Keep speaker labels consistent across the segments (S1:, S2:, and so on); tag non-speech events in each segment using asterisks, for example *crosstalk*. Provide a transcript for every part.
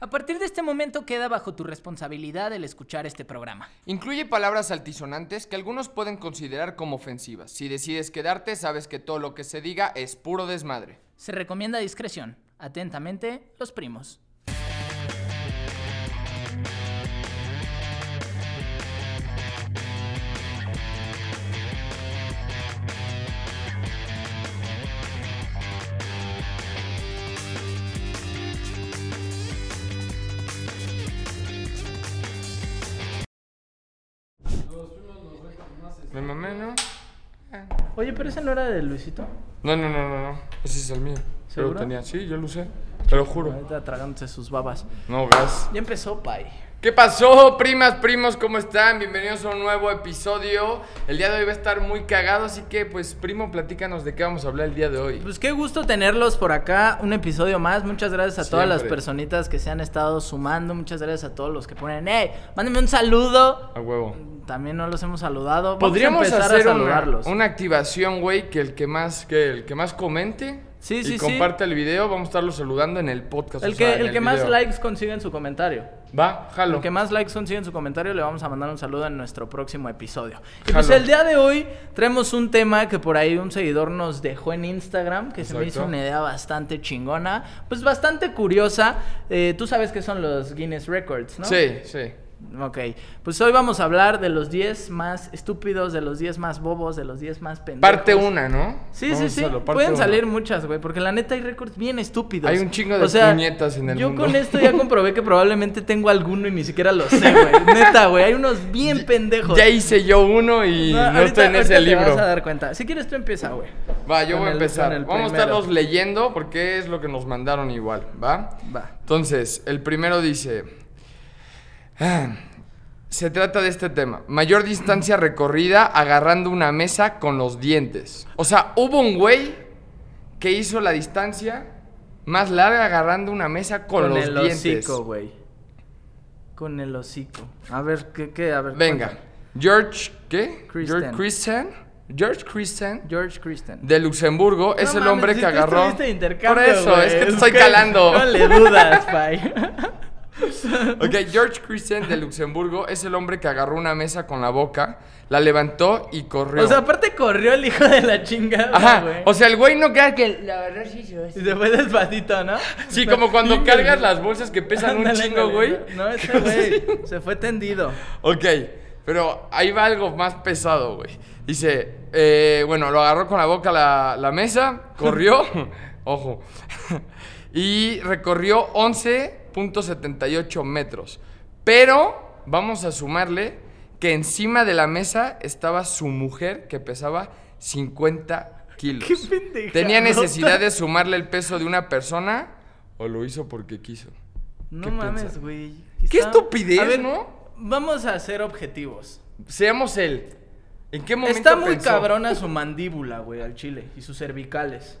S1: A partir de este momento queda bajo tu responsabilidad el escuchar este programa.
S2: Incluye palabras altisonantes que algunos pueden considerar como ofensivas. Si decides quedarte, sabes que todo lo que se diga es puro desmadre.
S1: Se recomienda discreción. Atentamente, los primos.
S2: Me mamé, ¿no?
S1: Oye, pero ese no era de Luisito.
S2: No, no, no, no, no. Ese es el mío. Pero
S1: ¿Seguro?
S2: tenía, sí, yo lo usé. Te lo juro.
S1: Ahorita tragándose sus babas.
S2: No, gas.
S1: Ya empezó, Pai.
S2: ¿Qué pasó, primas, primos? ¿Cómo están? Bienvenidos a un nuevo episodio. El día de hoy va a estar muy cagado, así que, pues, primo, platícanos de qué vamos a hablar el día de hoy.
S1: Pues qué gusto tenerlos por acá, un episodio más. Muchas gracias a todas las
S2: Siempre.
S1: personitas que se han estado sumando. Muchas gracias a todos los que ponen, hey, mándenme un saludo.
S2: A huevo.
S1: También no los hemos saludado. Vamos a
S2: Podríamos
S1: empezar a
S2: hacer una,
S1: saludarlos.
S2: una activación, güey, que el que más, que el que más comente
S1: Sí,
S2: y
S1: sí, sí.
S2: comparte el video, vamos a estarlo saludando en el podcast.
S1: El
S2: o
S1: que,
S2: sea, en
S1: el que más
S2: video.
S1: likes consigue en su comentario.
S2: Va, jalo.
S1: El que más likes consigue en su comentario le vamos a mandar un saludo en nuestro próximo episodio. Y pues
S2: Jalo.
S1: el día de hoy traemos un tema que por ahí un seguidor nos dejó en Instagram, que se me hizo
S2: Exacto.
S1: una idea bastante chingona, pues bastante curiosa. Eh, Tú sabes qué son los Guinness Records, ¿no?
S2: Sí, sí.
S1: Ok, pues hoy vamos a hablar de los 10 más estúpidos, de los 10 más bobos, de los 10 más pendejos.
S2: Parte una, ¿no?
S1: Sí,
S2: Vamos a
S1: sí, sí.
S2: hacerlo, parte
S1: Pueden
S2: una.
S1: salir muchas, güey, porque la neta hay récords bien estúpidos.
S2: Hay un chingo de puñetas en el
S1: yo
S2: mundo.
S1: Yo con esto
S2: *laughs*
S1: ya comprobé que probablemente tengo alguno y ni siquiera lo sé, güey.
S2: *laughs*
S1: Neta, güey, hay unos bien pendejos.
S2: Ya hice yo uno y no,
S1: ahorita-
S2: está en
S1: ahorita
S2: ese
S1: te
S2: libro.
S1: vas a dar cuenta. Si quieres tú empieza, güey.
S2: Va, yo
S1: Con
S2: voy a
S1: el-
S2: empezar.
S1: con el
S2: Vamos a
S1: primero.
S2: estarlos leyendo porque es lo que nos mandaron igual, ¿va?
S1: Va.
S2: Entonces, el primero dice... "Ah, Se trata de este tema. Mayor distancia recorrida agarrando una mesa con los dientes. O sea, hubo un güey que hizo la distancia más larga agarrando una mesa con, los
S1: el
S2: dientes.
S1: hocico, güey. Con el hocico. A ver, ¿qué, qué? A ver.
S2: Venga.
S1: cuéntame.
S2: George, ¿qué? George
S1: Christen.
S2: Christian. George Christian.
S1: George Christian.
S2: de Luxemburgo es el hombre que agarró. Por eso, es que te estoy calando.
S1: No le dudas,
S2: *laughs*
S1: pai.
S2: Ok, George Christian de Luxemburgo es el hombre que agarró una mesa con la boca, la levantó y corrió.
S1: O sea, aparte corrió el hijo de la chingada,
S2: Ajá,
S1: güey.
S2: o sea, el güey no queda que.
S1: Y se fue despacito, ¿no?
S2: *laughs* Sí, como
S1: *laughs*
S2: cuando
S1: Sí,
S2: cargas
S1: güey.
S2: las bolsas que pesan un
S1: Ándale,
S2: chingo, güey.
S1: No, ese
S2: *laughs*
S1: güey se fue tendido.
S2: Ok, pero ahí va algo más pesado, güey. Dice, eh, bueno, lo agarró con la boca la, la mesa,
S1: *laughs*
S2: corrió, ojo, *laughs* y recorrió 11.78 metros. Pero vamos a sumarle que encima de la mesa estaba su mujer que pesaba 50 kilos.
S1: Qué pendejadota.
S2: Tenía necesidad de sumarle el peso de una persona o lo hizo porque quiso.
S1: No
S2: ¿Qué
S1: mames,
S2: piensas?
S1: güey.
S2: Qué
S1: Quizá-
S2: estupidez,
S1: A ver,
S2: ¿no?
S1: Vamos a hacer objetivos.
S2: Seamos él. ¿En qué momento
S1: Está muy
S2: pensó?
S1: cabrona su mandíbula, güey, al chile. Y sus cervicales.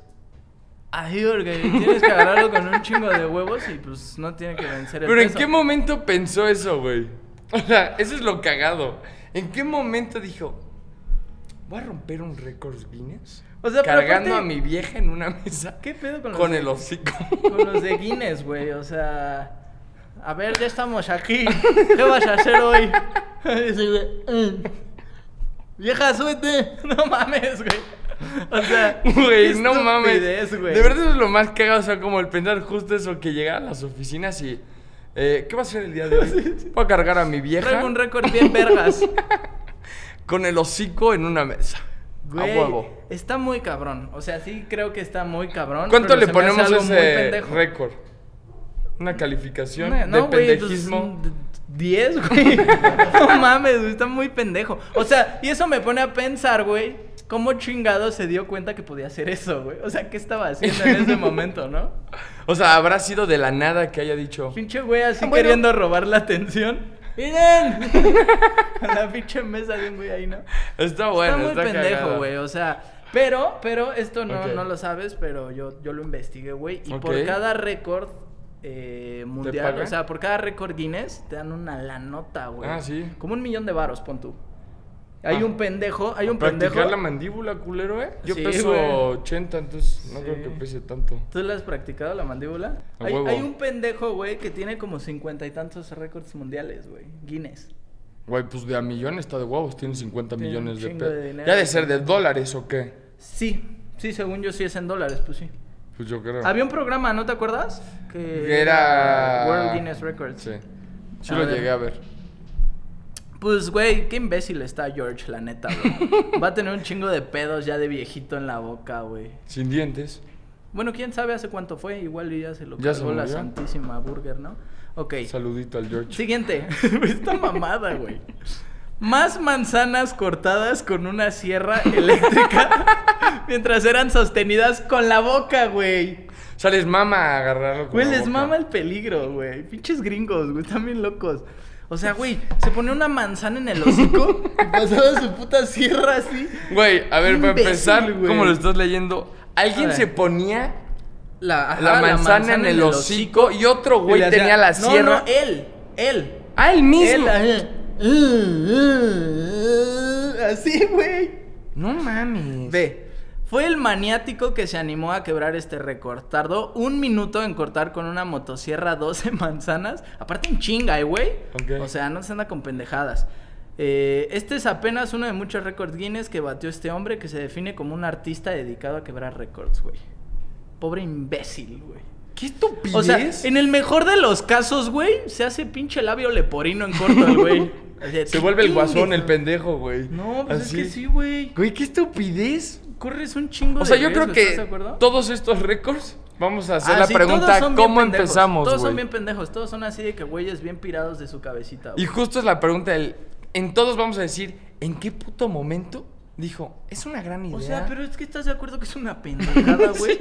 S1: Ay, porque tienes que agarrarlo con un chingo de huevos y pues no tiene que vencer el
S2: Pero ¿en
S1: peso.
S2: qué momento pensó eso, güey? O sea, eso es lo cagado. ¿En qué momento dijo, voy a romper un récord Guinness?
S1: O sea, pero
S2: cargando
S1: aparte-
S2: a mi vieja en una mesa
S1: ¿Qué pedo con, los
S2: con
S1: de- *laughs*
S2: el hocico.
S1: Con los de Guinness, güey, o sea... A ver, ya estamos aquí. ¿Qué vas a hacer hoy? *laughs* Ese güey, "Mm. Vieja, suerte. *laughs* No mames, güey. O sea,
S2: *laughs* Güey,
S1: qué
S2: no mames.
S1: estupidez, güey.
S2: De verdad eso es lo más cagado, o sea, como el pensar justo eso, que llegar a las oficinas y... eh, ¿Qué va a hacer el día de hoy?
S1: *laughs*
S2: Voy a cargar a mi vieja
S1: Traigo un récord bien
S2: *laughs*
S1: vergas.
S2: con el hocico en una mesa.
S1: Güey,
S2: A huevo.
S1: está muy cabrón. O sea, sí creo que está muy cabrón.
S2: ¿Cuánto
S1: pero
S2: le
S1: se me hace
S2: ponemos a
S1: algo muy
S2: ese
S1: pendejo.
S2: récord? Una calificación
S1: No,
S2: de
S1: no, güey, pues,
S2: pendejismo.
S1: d- 10, *laughs* güey. No mames, güey, está muy pendejo. O sea, y eso me pone a pensar, güey, cómo chingado se dio cuenta que podía hacer eso, güey. O sea, ¿qué estaba haciendo en ese momento, no?
S2: O sea, habrá sido de la nada que haya dicho.
S1: Pinche güey así
S2: Ah, bueno.
S1: queriendo robar la atención. ¡Miren! *laughs* A la pinche mesa de un güey ahí, ¿no?
S2: Está bueno,
S1: está
S2: está,
S1: muy pendejo,
S2: cagada".
S1: güey. O sea, pero, pero, esto no,
S2: Ok.
S1: no lo sabes, pero yo, yo lo investigué, güey. Y
S2: Ok.
S1: por cada récord eh, mundial,
S2: pagan?
S1: o sea, por cada récord Guinness, te dan una la nota, güey.
S2: Ah, sí.
S1: Como un millón de varos, pon tú. Hay
S2: Ah.
S1: un pendejo, hay un
S2: Practicar
S1: pendejo.
S2: la mandíbula, culero, ¿eh? Yo
S1: Sí,
S2: peso
S1: güey.
S2: 80, entonces no
S1: Sí.
S2: creo que pese tanto.
S1: ¿Tú le has practicado la mandíbula?
S2: A
S1: Hay,
S2: huevo.
S1: hay un pendejo, güey, que tiene como cincuenta y tantos récords mundiales, güey. Guinness.
S2: Güey, pues de a millón está de huevos, tiene 50
S1: Tiene un
S2: millones de
S1: chingo
S2: pesos.
S1: de dinero.
S2: Ya de ser de dólares o qué.
S1: Sí, sí, según yo sí es en dólares, pues sí.
S2: Pues yo creo.
S1: Había un programa, ¿no te acuerdas?
S2: Que era.
S1: World Guinness Records.
S2: Sí. Sí
S1: A
S2: lo
S1: ver.
S2: llegué a ver.
S1: Pues, güey, qué imbécil está George, la neta, güey. Va a tener un chingo de pedos ya de viejito en la boca, güey.
S2: Sin dientes.
S1: Bueno, quién sabe hace cuánto fue. Igual y ya se lo
S2: Ya se
S1: cargó la
S2: murió.
S1: santísima burger, ¿no? Ok.
S2: Saludito al George.
S1: Siguiente. *laughs* Esta mamada, güey. Más manzanas cortadas con una sierra eléctrica *laughs* mientras eran sostenidas con la boca, güey.
S2: O sea, les mama agarrarlo con
S1: Güey,
S2: la
S1: les
S2: boca.
S1: mama el peligro, güey. Pinches gringos, güey, están bien locos. O sea, güey, se ponía una manzana en el hocico y *laughs* pasaba su puta sierra así.
S2: Güey, a ver, para
S1: Imbécil,
S2: empezar,
S1: güey.
S2: como lo estás leyendo,
S1: A
S2: alguien
S1: ver.
S2: se ponía
S1: La, ajá,
S2: la manzana, en el hocico, y otro güey
S1: y le
S2: tenía
S1: hacía-
S2: la sierra.
S1: No, no, él, él.
S2: Ah, el
S1: Él,
S2: mismo.
S1: ajá. *laughs* Así, güey.
S2: No mames.
S1: Ve. Fue el maniático que se animó a quebrar este récord. Tardó un minuto en cortar con una motosierra *laughs* 12 manzanas. Aparte en chinga, eh, güey.
S2: Ok.
S1: O sea, no se anda con pendejadas. Eh, este es apenas uno de muchos récords Guinness que batió este hombre que se define como un artista dedicado a quebrar récords, güey. Pobre imbécil, güey.
S2: ¿Qué estupidez?
S1: O sea, en el mejor de los casos, güey, se hace pinche labio leporino en corto el
S2: *laughs*
S1: güey. Así,
S2: Se vuelve el
S1: chingues,
S2: guasón,
S1: güey.
S2: el pendejo, güey.
S1: No, pues
S2: Así.
S1: es que sí, güey.
S2: Güey, qué estupidez.
S1: Corres un chingo
S2: O sea,
S1: de
S2: yo creo
S1: riesgo, ¿estás de
S2: que
S1: acuerdo?
S2: todos estos récords vamos a hacer
S1: Ah,
S2: la
S1: sí, todos
S2: pregunta
S1: son bien
S2: cómo
S1: pendejos,
S2: empezamos,
S1: Todos
S2: güey?
S1: son bien pendejos, todos son así de que güeyes bien pirados de su cabecita. güey.
S2: Y justo es la pregunta del en todos vamos a decir, ¿en qué puto momento dijo? Es una gran idea.
S1: O sea, pero es que estás de acuerdo que es una
S2: *laughs*
S1: pendejada, güey.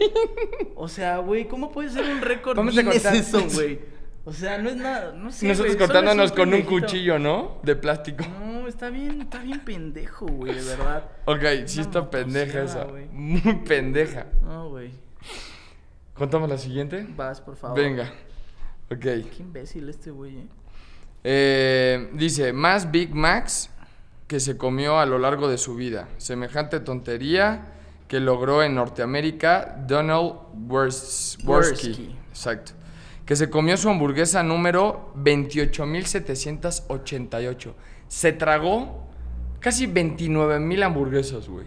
S1: O sea, güey, ¿cómo puede ser un récord
S2: Vamos a
S1: Guinness
S2: contar.
S1: eso, güey? O sea, no es nada, no sé,
S2: nosotros
S1: güey, solo es
S2: cortándonos con un
S1: pendejito.
S2: cuchillo, ¿no? De plástico.
S1: No, está bien, está bien pendejo, güey, de verdad.
S2: *laughs* Ok, sí
S1: Una
S2: está pendeja
S1: motosierra,
S2: esa.
S1: güey.
S2: Muy pendeja.
S1: No, güey.
S2: ¿Contamos la siguiente?
S1: Vas, por favor.
S2: Venga. Ok.
S1: Qué imbécil este güey, eh.
S2: Eh, dice, más Big Macs que se comió a lo largo de su vida. Semejante tontería que logró en Norteamérica Donald Wers- Worski.
S1: Worski.
S2: Exacto. Que se comió su hamburguesa número 28.788. Se tragó casi 29.000 hamburguesas, güey.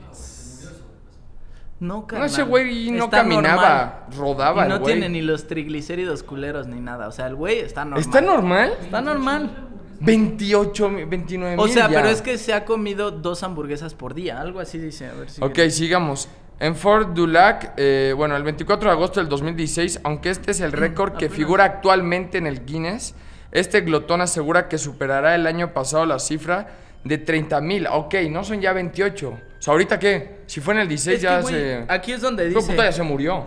S1: No,
S2: No,
S1: carnal.
S2: ese güey no
S1: Está
S2: caminaba,
S1: normal.
S2: rodaba.
S1: Y
S2: el
S1: no
S2: Ah, güey.
S1: tiene ni los triglicéridos culeros ni nada. O sea, el güey está normal.
S2: ¿Está normal?
S1: Está normal.
S2: 28, 29
S1: O sea,
S2: ya.
S1: pero es que se ha comido dos hamburguesas por día. Algo así dice. A ver si.
S2: Ok, sigamos. En Fort Dulac, eh, bueno, el 24 de agosto del 2016, aunque este
S1: *clears throat*
S2: es el récord que
S1: apenas.
S2: figura actualmente en el Guinness, este glotón asegura que superará el año pasado la cifra de 30.000 mil. Ok, no son ya 28. O sea, ¿ahorita qué? Si fue en el 16
S1: Es que,
S2: ya
S1: güey,
S2: se...
S1: Aquí es donde
S2: Hijo de
S1: dice.
S2: puta, ya se murió.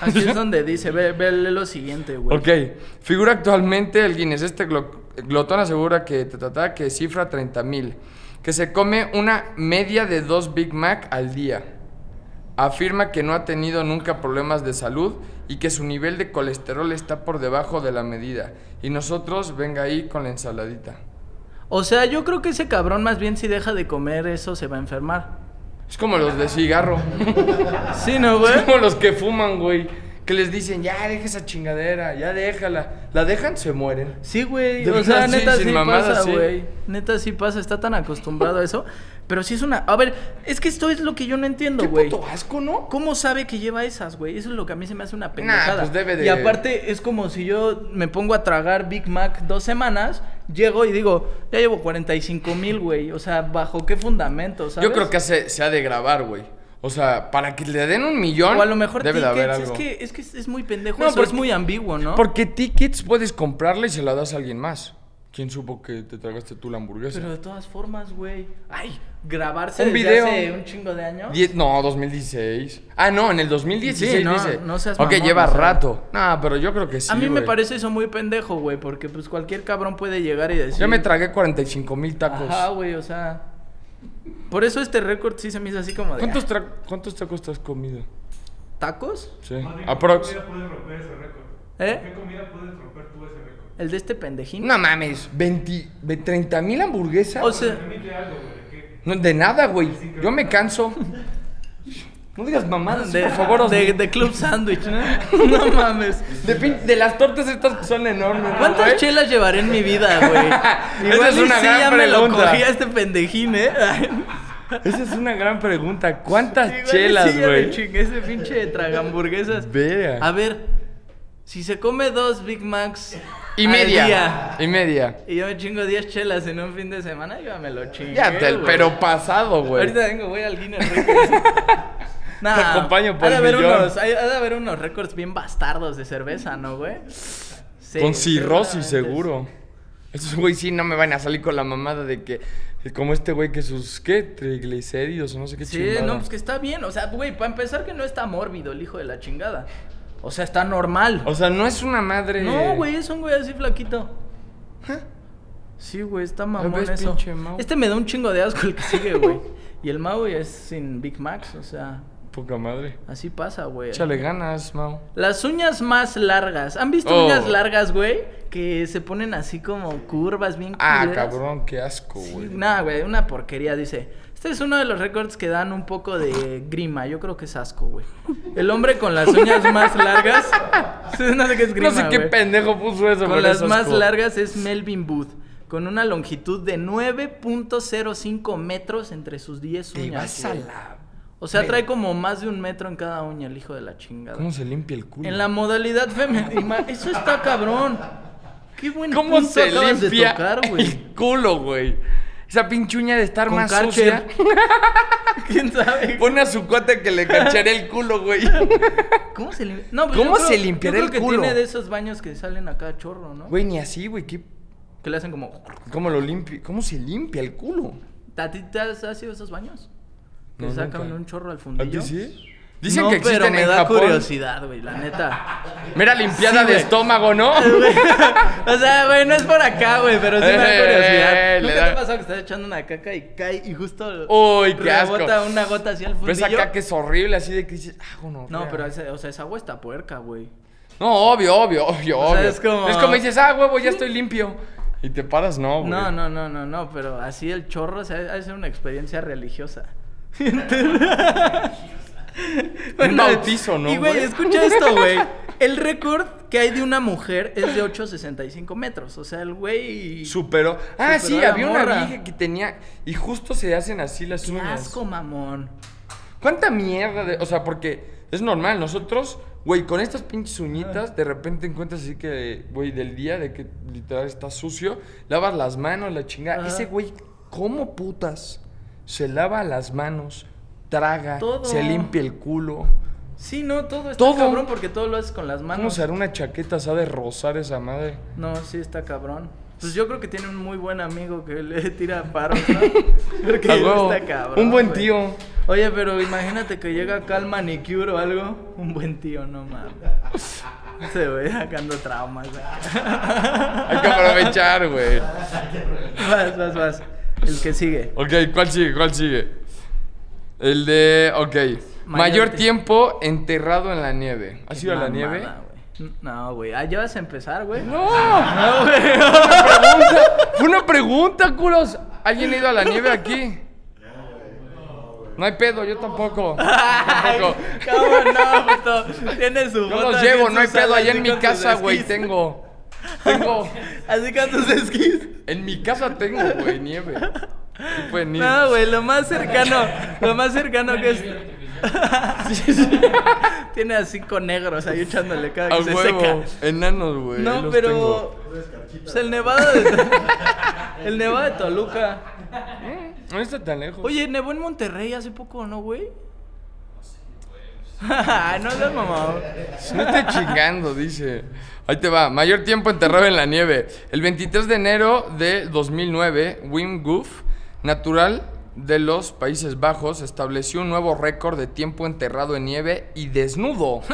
S1: Aquí
S2: *laughs*
S1: es donde dice. Ve, ve lo siguiente, güey.
S2: Ok, figura actualmente el Guinness. Este glo- glotón asegura que, ta, ta, ta, que cifra 30 mil. Que se come una media de dos Big Mac al día. Afirma que no ha tenido nunca problemas de salud y que su nivel de colesterol está por debajo de la medida. Y nosotros, venga ahí con la ensaladita.
S1: O sea, yo creo que ese cabrón, más bien, si deja de comer eso, se va a enfermar.
S2: Es como los de cigarro.
S1: Sí, ¿no, güey?
S2: Es como los que fuman, güey. Que les dicen, ya deja esa chingadera, ya déjala. La dejan, se mueren.
S1: Sí, güey.
S2: De
S1: O sea,
S2: verdad, sí,
S1: neta sí,
S2: sin mamada,
S1: pasa,
S2: sí.
S1: güey. Neta sí pasa, está tan acostumbrado a eso. Pero sí es una. A ver, es que esto es lo que yo no entiendo,
S2: Qué
S1: güey.
S2: puto asco, ¿no?
S1: ¿Cómo sabe que lleva esas, güey? Eso es lo que a mí se me hace una pendejada.
S2: pues debe de-
S1: Y aparte, es como si yo me pongo a tragar Big Mac dos semanas, llego y digo, ya llevo 45 mil, güey. O sea, ¿bajo qué fundamento, sabes?
S2: Yo creo que se, se ha de grabar, güey. O sea, para que le den un millón.
S1: O a lo mejor
S2: debe de
S1: tickets,
S2: haber algo.
S1: Es, que, es que es- es muy pendejo.
S2: No,
S1: eso es
S2: porque-
S1: muy ambiguo, ¿no?
S2: Porque tickets puedes comprarla y se la das a alguien más. ¿Quién supo que te tragaste tú la hamburguesa?
S1: Pero de todas formas, güey. Ay, grabarse
S2: Un
S1: desde
S2: video.
S1: hace un chingo de años.
S2: Die- no, 2016. Ah, no, en el 2016
S1: Sí, no,
S2: dice.
S1: no seas
S2: ok,
S1: mamón,
S2: lleva
S1: o sea.
S2: rato. No, pero yo creo que sí.
S1: a mí me
S2: güey.
S1: parece eso muy pendejo, güey, porque pues cualquier cabrón puede llegar y decir...
S2: Yo me tragué 45 mil tacos.
S1: Ajá, güey, o sea... Por eso este récord sí se me hizo así como de...
S2: ¿Cuántos,
S1: ah,
S2: tra- ¿Cuántos tacos te has comido?
S1: ¿Tacos?
S2: Sí.
S3: Más bien,
S2: Aprox.
S3: ¿Qué comida puedes romper ese récord?
S1: ¿Eh?
S3: ¿Qué comida puedes romper tú ese récord?
S1: ¿El de este pendejín?
S2: No mames, 20, 30 mil hamburguesas.
S1: O sea,
S3: Permite algo, güey. ¿Qué,
S2: No, de nada, güey. Yo
S1: *laughs*
S2: me canso. No digas *laughs* mamadas,
S1: De,
S2: por favor.
S1: de,
S2: Osni.
S1: de Club Sandwich,
S3: *laughs*
S1: ¿no? No mames.
S2: De, pin- de las tortas estas que son enormes. ¿no,
S1: ¿Cuántas
S2: güey?
S1: chelas llevaré en mi vida, güey?
S2: *laughs* Esa
S1: Igual
S2: es una
S1: y sí,
S2: gran
S1: ya me lo
S2: pregunta.
S1: cogí a este pendejín, ¿eh? *laughs*
S2: Esa es una gran pregunta. ¿Cuántas
S1: Igual y
S2: chelas,
S1: sí, ya me
S2: güey?
S1: chingué ese pinche de tragamburguesas.
S2: Verga.
S1: A ver, si se come dos Big Macs
S2: Y
S1: al
S2: media.
S1: día,
S2: Y media.
S1: y yo me chingo 10 chelas en un fin de semana, yo ya me lo chingo.
S2: Ya, te- pero pasado, güey.
S1: Ahorita vengo, voy al Guinness *laughs* Records. Nah,
S2: Te acompaño por
S1: ha de
S2: el
S1: haber
S2: millón.
S1: unos, hay- ha de haber unos récords bien bastardos de cerveza, ¿no, güey? Sí,
S2: con cirrosis,
S1: seguramente
S2: seguro. Estos güey sí no me van a salir con la mamada de que. Como este güey que sus. ¿Qué? Triglicéridos o no sé qué
S1: Sí,
S2: chingada.
S1: no, pues que está bien. O sea, güey, para empezar que no está mórbido el hijo de la chingada. O sea, está normal.
S2: O sea, no es una madre.
S1: No, güey, es un güey así flaquito. Sí, güey, está mamón
S2: ves,
S1: eso.
S2: pinche Mau.
S1: Este me da un chingo de asco el que sigue, güey. y el Mau es sin Big Macs, o sea,
S2: Poca madre.
S1: así pasa, güey.
S2: Échale ganas, Mau.
S1: Las uñas más largas. ¿Han visto
S2: Oh.
S1: uñas largas, güey? Que se ponen así como curvas, bien
S2: Ah,
S1: culeras.
S2: cabrón, qué asco,
S1: Sí,
S2: güey.
S1: nada, güey, una porquería, dice. Este es uno de los récords que dan un poco de grima. Yo creo que es asco, güey. El hombre con las uñas más largas. *laughs* No sé qué es grima.
S2: no sé qué
S1: güey.
S2: pendejo puso eso, pero
S1: Con las
S2: es
S1: más
S2: asco.
S1: largas es Melvin Booth. Con una longitud de 9.05 metros entre sus 10
S2: Te
S1: uñas.
S2: vas a
S1: güey.
S2: la.
S1: O sea, trae como más de un metro en cada uña el hijo de la chingada.
S2: ¿Cómo se limpia el culo?
S1: En la modalidad femenina. Eso está cabrón. Qué buen *laughs*
S2: ¿Cómo
S1: punto
S2: se
S1: acabas de
S2: limpia
S1: tocar, güey.
S2: el culo, güey? Esa pinchuña de estar
S1: Con
S2: más
S1: Karcher.
S2: sucia.
S1: *laughs* ¿Quién sabe?
S2: Pone a su cuate que le cacharé el culo, güey. *laughs*
S1: ¿Cómo se, lim- no, pues
S2: ¿Cómo
S1: yo creo-
S2: se limpiará
S1: yo creo
S2: el
S1: que
S2: culo?
S1: tiene de esos baños que salen acá a chorro, ¿no?
S2: Güey, ni así, güey. ¿qué-
S1: Que le hacen como...
S2: ¿Cómo lo limpia? ¿Cómo se limpia el culo?
S1: ¿A ti te has, has ido a esos baños? Que
S2: No,
S1: sacan
S2: nunca.
S1: un chorro al
S2: ¿A
S1: fundillo.
S2: ti sí? Dicen
S1: No,
S2: que existen
S1: pero me
S2: en
S1: da
S2: Japón.
S1: curiosidad, güey, la neta.
S2: Mira, limpiada
S1: Sí,
S2: de
S1: güey. *laughs*
S2: estómago, ¿no?
S1: o sea, güey, no es por acá, güey, pero sí me da
S2: Eh,
S1: curiosidad.
S2: eh,
S1: ¿Nunca
S2: le
S1: te
S2: da-
S1: ha pasado que estás echando una caca y cae y justo
S2: Uy, qué asco.
S1: rebota una gota hacia el
S2: Pero
S1: fundillo?
S2: esa caca es horrible, así de que dices, ah, bueno.
S1: No,
S2: fea.
S1: pero ese- o sea, esa agua está puerca, güey.
S2: No, obvio, obvio, obvio,
S1: O sea,
S2: obvio.
S1: es como-
S2: dices, ah, huevo, ya estoy limpio. Y te paras, no, güey.
S1: No, no, no, no, no, pero así el chorro o sea, ha de ser una experiencia religiosa. *laughs*
S2: bautizo, ¿no,
S1: Y güey,
S2: güey?
S1: escucha esto,
S2: *laughs*
S1: güey. El récord que hay de una mujer es de 8.65 metros. O sea, el güey.
S2: Superó.
S1: Superó
S2: Ah, sí,
S1: a la
S2: había una
S1: morra.
S2: vieja que tenía. Y justo se hacen así las
S1: Qué
S2: uñas.
S1: asco, mamón.
S2: ¿Cuánta mierda de.? O sea, porque es normal. Nosotros, güey, con estas pinches uñitas, de repente encuentras así que, güey, del día de que literal está sucio, lavas las manos, la chingada.
S1: Ajá.
S2: Ese güey, ¿cómo putas? Se lava las manos, traga,
S1: Todo.
S2: se limpia el culo.
S1: Sí, no, todo está
S2: Todo.
S1: cabrón porque todo lo haces con las
S2: ¿Cómo
S1: manos.
S2: se hará una chaqueta? ¿Se ha de rozar esa madre?
S1: No, sí está cabrón. Pues yo creo que tiene un muy buen amigo que le *laughs* tira paros,
S2: *laughs*
S1: ¿no? Porque
S2: A huevo.
S1: está cabrón.
S2: Un buen
S1: güey.
S2: tío.
S1: Oye, pero imagínate que llega acá el manicure o algo. Un buen tío, no mames. Se ve sacando traumas. güey.
S2: Hay que aprovechar, güey.
S1: Vas, vas, vas. El que sigue.
S2: Ok, ¿cuál sigue? ¿Cuál sigue? El de. Ok. Mayor,
S1: Mayor tie-
S2: tiempo enterrado en la nieve. ¿Has ido a la
S1: Mamada,
S2: nieve?
S1: güey. No, güey. Ah, ya vas a empezar, güey.
S2: ¡No!
S1: No, güey.
S2: *laughs* ¡Fue una pregunta, culos! ¿Alguien ha ido a la nieve aquí? No hay pedo, yo tampoco. Tampoco.
S1: ¿Cómo no, puto? Tiene su
S2: Yo
S1: bota
S2: los
S1: así
S2: llevo,
S1: su
S2: no hay pedo.
S1: sala,
S2: Allá
S1: así
S2: en mi
S1: con sus
S2: casa, güey,
S1: esquís.
S2: tengo. Tengo.
S1: *laughs* Así con tus esquís.
S2: En mi casa tengo, güey,
S1: *laughs*
S2: nieve. Y Pues ni.
S1: No, güey, lo más cercano, lo más cercano que es. *laughs* Tiene a cinco negros ahí echándole cada
S2: A
S1: que se
S2: Ah, huevo.
S1: seca.
S2: Enanos, güey. ahí
S1: No,
S2: los
S1: pero.
S2: tengo.
S1: Pues el nevado de. El nevado de *laughs* Toluca.
S2: No está tan lejos.
S1: Oye, nevó en Monterrey hace poco, ¿no, güey? *laughs* Ay, no seas mamado.
S2: No esté chingando, dice. Ahí te va. Mayor tiempo enterrado en la nieve. El 23 de enero de 2009, Wim Goof, natural de los Países Bajos, estableció un nuevo récord de tiempo enterrado en nieve y desnudo.
S1: O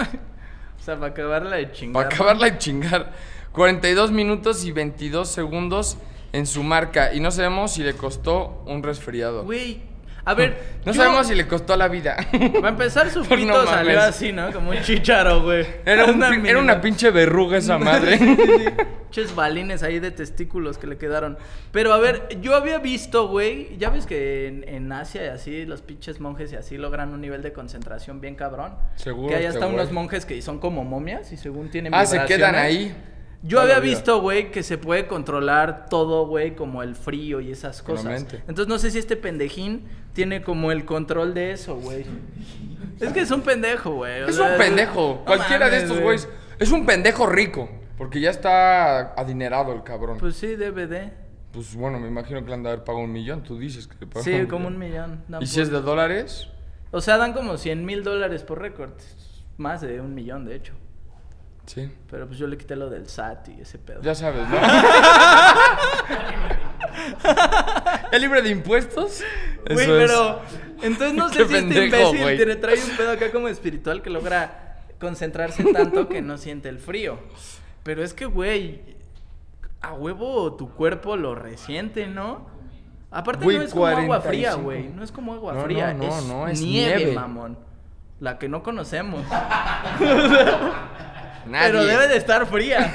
S1: sea, para acabarla de chingar.
S2: Para acabarla de chingar. 42 minutos y 22 segundos en su marca. Y no sabemos si le costó un resfriado.
S1: Güey. A ver.
S2: *laughs* No
S1: yo-
S2: sabemos si le costó la vida.
S1: Para empezar,
S2: *laughs*
S1: su
S2: Pues no
S1: pito salió
S2: mames.
S1: así, ¿no? Como un chicharo, güey.
S2: *laughs* Era, un pin- era
S1: mini-
S2: una pinche verruga esa
S1: *laughs*
S2: madre.
S1: Sí, sí, sí.
S2: *laughs*
S1: Ches balines ahí de testículos que le quedaron. Pero a ver, yo había visto, güey. Ya ves que en, en Asia y así, los pinches monjes y así logran un nivel de concentración bien cabrón.
S2: Seguro
S1: Que hay
S2: este
S1: hasta unos
S2: güey.
S1: monjes que son como momias y según tienen.
S2: ah, se quedan
S1: vibraciones.
S2: ahí.
S1: Yo
S2: Toda
S1: había
S2: la vida.
S1: visto, güey, que se puede controlar todo, güey, como el frío y esas
S2: Con la
S1: cosas.
S2: mente.
S1: Entonces no sé si este pendejín tiene como el control de eso, güey. Es que es un pendejo, güey. o
S2: Es
S1: sea,
S2: un pendejo.
S1: ¿eh? no
S2: Cualquiera de
S1: mames,
S2: estos
S1: güey.
S2: güeyes. Es un pendejo rico. Porque ya está adinerado el cabrón. Pues,
S1: Pues sí, DVD.
S2: bueno, me imagino que le han de haber pagado un millón. Tú dices que le pagaron
S1: Sí, como un millón. no,
S2: ¿Y si es de
S1: pues.
S2: dólares?
S1: O sea, dan como 100 mil dólares por récord. Más de un millón, de hecho.
S2: Sí.
S1: Pero pues yo le quité lo del SAT y ese pedo.
S2: Ya
S1: *laughs*
S2: sabes, ¿no? ¿Es libre de impuestos?
S1: Güey,
S2: Eso es.
S1: pero. Entonces no
S2: *laughs* Qué
S1: sé si este
S2: pendejo,
S1: imbécil
S2: güey.
S1: tiene- trae un pedo acá como espiritual que logra concentrarse tanto que no siente el frío. Pero es que, güey, a huevo tu cuerpo lo resiente, ¿no? Aparte
S2: Güey,
S1: no es como agua fría,
S2: 45.
S1: güey. No es como agua
S2: No, no,
S1: fría.
S2: no,
S1: es
S2: no, es
S1: nieve,
S2: nieve.
S1: mamón. La que no conocemos.
S2: *laughs* Nadie.
S1: Pero debe de estar fría.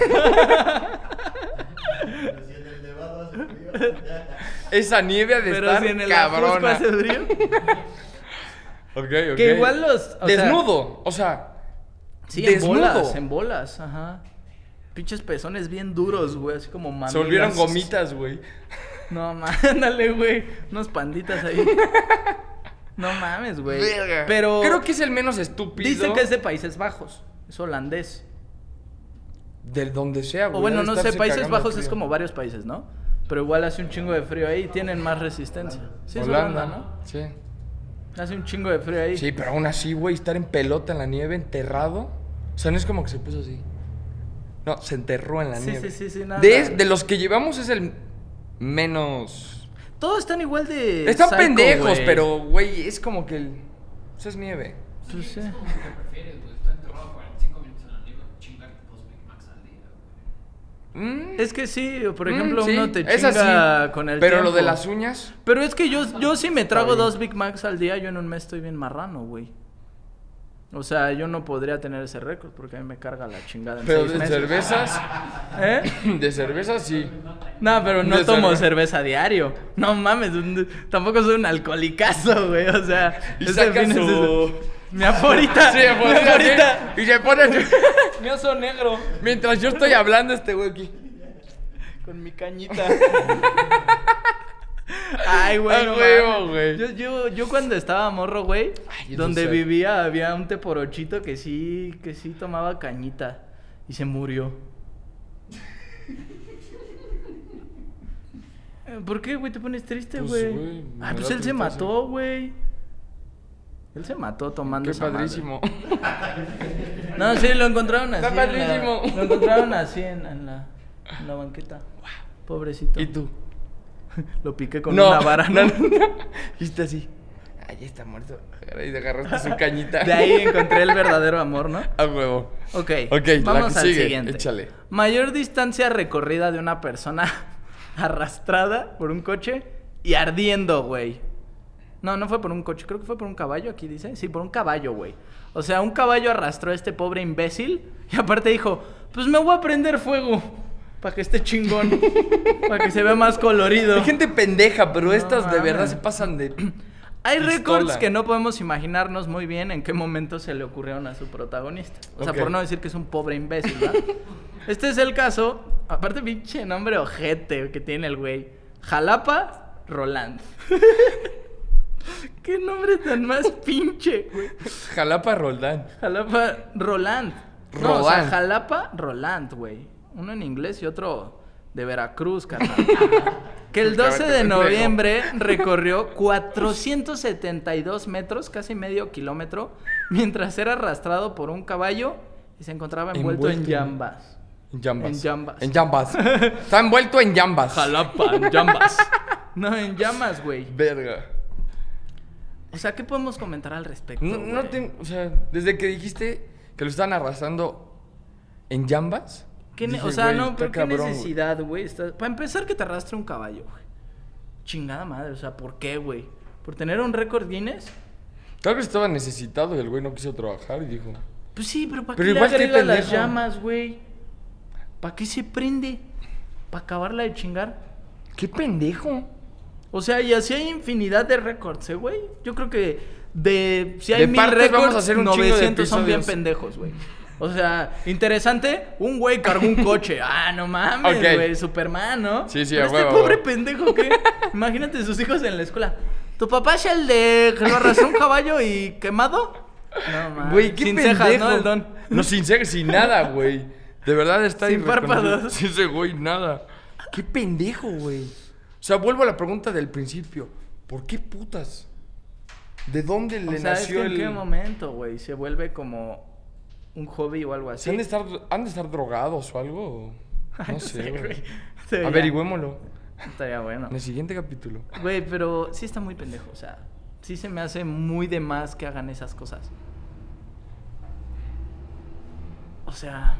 S4: Si en el nevado hace frío, ya.
S2: Esa nieve ha de
S1: Pero
S2: estar
S1: si en el Ajusco
S2: cabrona.
S1: hace frío.
S2: Ok, ok.
S1: Que igual los- o sea-
S2: Desnudo. o sea.
S1: Sí,
S2: Desnudo.
S1: en bolas, en bolas, ajá. Pinches pezones bien duros, güey, así como mamilas.
S2: Se volvieron gomitas, güey.
S1: No *laughs* mames, dale, güey. Unos panditas
S2: *laughs*
S1: ahí. No mames, güey.
S2: Verga.
S1: Pero
S2: Creo que es el menos estúpido.
S1: dicen que es de Países Bajos. Es holandés.
S2: De donde sea, güey.
S1: O bueno,
S2: ha de
S1: no sé,
S2: estarse
S1: Países
S2: cagando de
S1: Bajos es
S2: frío.
S1: como varios países, ¿no? Pero igual hace un chingo de frío ahí y tienen más resistencia. Sí, es
S2: Holanda,
S1: Holanda, ¿no?
S2: Sí.
S1: Hace un chingo de frío ahí.
S2: Sí, pero aún así, güey, estar en pelota en la nieve, enterrado. O sea, no es como que se puso así. No, se enterró en la
S1: Sí,
S2: nieve.
S1: sí, sí, sí, nada.
S2: De, de los que llevamos es el menos.
S1: Todos están igual de.
S2: Están
S1: psycho,
S2: pendejos,
S1: güey.
S2: pero, güey, es como que el. Eso es nieve.
S1: Pues sí.
S5: Es como lo que prefieres, güey. Estar enterrado 45 minutos en la nieve, chingarte dos Big Macs al día, güey.
S2: Mm,
S1: Es que sí, por
S2: mm,
S1: ejemplo,
S2: sí,
S1: uno te
S2: es
S1: chinga
S2: así,
S1: con el
S2: Pero lo de
S1: tiempo.
S2: las uñas.
S1: Pero es que yo, yo si me trago
S2: bien.
S1: dos Big Macs al día, yo en un mes estoy bien marrano, güey. O sea, yo no podría tener ese récord porque a mí me carga la chingada en
S2: Pero
S1: seis
S2: de
S1: meses.
S2: cervezas.
S1: ¿Eh?
S2: *laughs* De cerveza sí.
S1: No, pero no
S2: De
S1: tomo
S2: cerve-
S1: cerveza diario. No mames, un- tampoco soy un alcoholicazo, güey. O sea,
S2: Y
S1: ese
S2: saca
S1: fin es-
S2: su-
S1: Mi aforita. *laughs*
S2: *laughs* Sí,
S1: mi
S2: pues, sí,
S1: aforita.
S2: Y se pone.
S1: Mi oso negro.
S2: *laughs* Mientras yo estoy hablando, este güey aquí.
S1: Con mi cañita. Ay, güey.
S2: Ah,
S1: no
S2: huevo,
S1: mames.
S2: güey.
S1: Yo, yo, yo cuando estaba morro, güey,
S2: Ay, yo
S1: donde
S2: no sé.
S1: vivía había un teporochito que sí, que sí tomaba cañita y se
S2: *laughs*
S1: murió. Eh, ¿Por qué, güey? ¿Te pones triste,
S2: Pues,
S1: güey?
S2: güey, me
S1: ah,
S2: da
S1: pues él se
S2: tristeza.
S1: mató, güey. Él se mató tomando
S2: Qué
S1: esa madre. *laughs*
S2: padrísimo.
S1: No, sí, lo encontraron así.
S2: Está
S1: en la-
S2: padrísimo.
S1: lo encontraron así en, en la, en la banqueta. Pobrecito.
S2: ¿Y tú?
S1: *laughs* Lo piqué con
S2: No,
S1: una vara.
S2: *laughs* no,
S1: ¿no?
S2: Y está así. Ay, ya está muerto. Y te agarraste su cañita.
S1: De ahí encontré el verdadero amor, ¿no?
S2: *laughs* A huevo.
S1: Ok,
S2: Ok, la
S1: vamos
S2: que
S1: al
S2: sigue,
S1: siguiente.
S2: échale.
S1: Mayor distancia recorrida de una persona *laughs* arrastrada por un coche y ardiendo, güey. No, no fue por un coche, creo que fue por un caballo, aquí dice. Sí, por un caballo, güey. O sea, un caballo arrastró a este pobre imbécil y aparte dijo, pues me voy a prender fuego para que esté chingón, para que se vea más colorido.
S2: *laughs* Hay gente pendeja, pero
S1: No
S2: estas de verdad
S1: mames.
S2: se pasan de. *clears throat*
S1: Hay
S2: Pistola.
S1: récords que no podemos imaginarnos muy bien en qué momento se le ocurrieron a su protagonista. O sea,
S2: Ok.
S1: por no decir que es un pobre imbécil,
S2: *laughs*
S1: ¿verdad? este es el caso. Aparte, pinche nombre ojete que tiene el güey. Jalapa
S2: *laughs*
S1: Roland. qué nombre tan más pinche, güey.
S2: Jalapa Roldán.
S1: Jalapa Roland. No, o sea,
S2: Roland.
S1: Jalapa Roland, güey. Uno en inglés y otro de Veracruz,
S2: *laughs*
S1: carnal. que el
S2: Porque Pues a ver,
S1: 12
S2: te
S1: de
S2: pendejo.
S1: noviembre recorrió 472 metros, casi medio kilómetro, mientras era arrastrado por un caballo y se encontraba envuelto,
S2: Envuelto
S1: en
S2: en-
S1: llambas.
S2: En jambas.
S1: En jambas. *laughs*
S2: En jambas. Está envuelto en jambas.
S1: Jalapa, en llambas. *laughs* No, en llamas, güey.
S2: Verga.
S1: O sea, ¿qué podemos comentar al respecto?
S2: No, no
S1: güey?
S2: te- o sea, desde que dijiste que lo estaban arrastrando en jambas.
S1: ¿Qué ne-
S2: dije,
S1: o sea,
S2: güey,
S1: no,
S2: está
S1: pero qué
S2: cabrón, güey.
S1: necesidad, güey. Está- Para empezar que te arrastre un caballo, güey. Chingada madre, o sea, ¿por qué, güey? por tener un récord Guinness.
S2: Tal vez estaba necesitado y el güey no quiso trabajar y dijo...
S1: Pues sí, pero ¿para
S2: Pero
S1: qué le
S2: igual qué
S1: agregas las
S2: pendejo.
S1: llamas, güey? ¿Para qué se prende? ¿Para acabarla de chingar?
S2: ¡Qué pendejo!
S1: O sea, y así hay infinidad de récords, ¿eh, güey? Yo creo que de... Si hay
S2: De
S1: mil
S2: partes
S1: récords,
S2: vamos a hacer un chingo de
S1: 900 son bien
S2: episodios.
S1: pendejos, güey. O sea, interesante, un güey cargó un
S2: *laughs*
S1: coche. Ah, no mames,
S2: Ok.
S1: güey, Superman, ¿no?
S2: Sí, sí,
S1: Pero
S2: a
S1: este
S2: huevo,
S1: pobre
S2: güey.
S1: pendejo
S2: *laughs*
S1: que... Imagínate sus hijos en la escuela. ¿Tu papá es el de que lo arrastró un caballo y quemado? No mames.
S2: Güey, qué
S1: Sin
S2: pendejo.
S1: cejas, ¿no, el don?
S2: No, sin cejas, sin nada, güey. De verdad está
S1: Sin
S2: irreconocible.
S1: párpados.
S2: *laughs* Sí, ese güey, nada. Qué pendejo, güey. O sea, vuelvo a la pregunta del principio. ¿Por qué putas? ¿De dónde
S1: O
S2: le
S1: sea, es
S2: nació
S1: que en
S2: el...?
S1: qué momento, güey, se vuelve como un hobby o algo
S2: O
S1: así.
S2: sea, ¿han, de estar, ¿Han de estar drogados o algo?
S1: *laughs* Ay,
S2: No sé, güey.
S1: Se veía.
S2: Averigüémoslo.
S1: Estaría bueno.
S2: En el siguiente capítulo.
S1: Güey, pero sí está muy pendejo, o sea, sí se me hace muy de más que hagan esas cosas. O sea,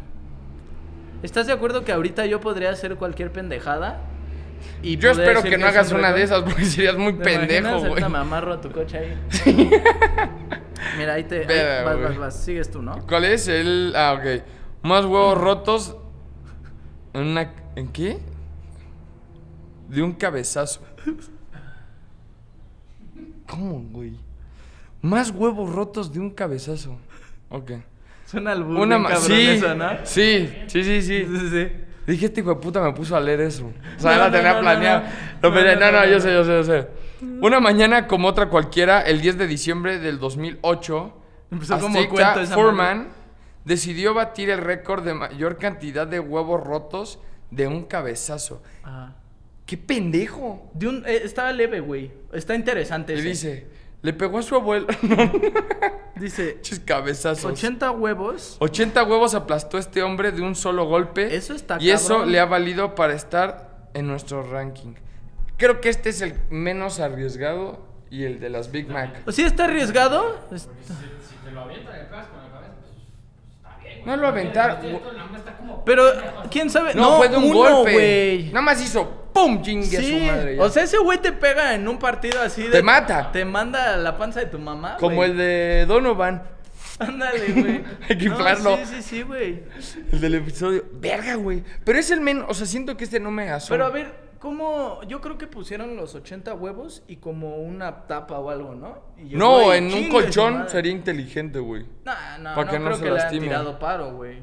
S1: ¿estás de acuerdo que ahorita yo podría hacer cualquier pendejada? Y
S2: Yo
S1: poder
S2: espero
S1: decir
S2: que no
S1: es
S2: hagas
S1: un
S2: una de
S1: récord?
S2: esas *laughs* porque serías muy
S1: ¿Te
S2: pendejo,
S1: imaginas?
S2: güey.
S1: Ahorita me amarro a tu coche ahí. *laughs* Mira, ahí te... ahí
S2: Verga,
S1: vas,
S2: güey.
S1: vas, vas. Sigues tú, ¿no?
S2: ¿Cuál es el...? Ah, ok. Más huevos rotos en una... ¿En qué? De un cabezazo. ¿Cómo, güey? Más huevos rotos de un cabezazo. Ok.
S1: Suena al burro
S2: Una
S1: Una
S2: más...
S1: Pues cabrón
S2: Sí,
S1: eso, ¿no?
S2: sí, sí, sí, sí.
S1: Sí, sí.
S2: Dije, este hijo de puta me puso a leer eso. O
S1: *laughs*
S2: sea,
S1: No,
S2: la
S1: no,
S2: tenía
S1: no, no,
S2: planeada.
S1: no.
S2: Lo pensé,
S1: No, no, no,
S2: No, no,
S1: no. Mm.
S2: yo sé, yo sé, yo sé. Una mañana como otra cualquiera, el 10 de diciembre del 2008,
S1: Empezó como
S2: Azteca
S1: cuento esa
S2: Foreman decidió batir el récord de mayor cantidad de huevos rotos de un cabezazo.
S1: Ajá.
S2: ¡Qué pendejo!
S1: Ah, De un, eh, está leve, güey. Está interesante.
S2: Le
S1: ese.
S2: dice, le pegó a su abuelo. *laughs*
S1: Dice,
S2: Chis cabezazos.
S1: 80 huevos.
S2: 80 huevos aplastó este hombre de un solo golpe.
S1: Eso está
S2: Y eso
S1: cabrón.
S2: le ha valido para estar en nuestro ranking. Creo que este es el menos arriesgado y el de las Big Mac.
S1: O sea, está arriesgado. este, Es-
S5: Porque si, si te lo avientan y le pegas con la cabeza, pues, pues, está bien, güey.
S2: No lo aventaron,
S5: Esto-
S2: güey.
S5: la mano está como
S1: Pero,
S5: pendejo, así.
S1: ¿quién sabe?
S2: No, fue de un
S1: uno,
S2: golpe.
S1: güey.
S2: Nada más hizo ¡pum! Chingue a su
S1: Sí,
S2: madre. ya.
S1: o sea, ese güey te pega en un partido así de...
S2: Te mata.
S1: Te manda a la panza de tu mamá,
S2: Como
S1: güey.
S2: el de Donovan.
S1: *laughs* Ándale,
S2: *laughs*
S1: güey.
S2: Hay que inflarlo.
S1: Sí, sí, sí, güey.
S2: El del episodio. Verga, güey. Pero es el menos. O sea, siento que este no me asoma.
S1: Pero a ver, ¿cómo...? Yo creo que pusieron los 80 huevos y como una tapa o algo, ¿no? Y yo,
S2: No,
S1: güey,
S2: en un
S1: chingue su
S2: colchón
S1: madre.
S2: sería inteligente, güey.
S1: No, no,
S2: para
S1: no
S2: que no
S1: creo
S2: se
S1: que le hayan
S2: lastime.
S1: tirado paro, güey.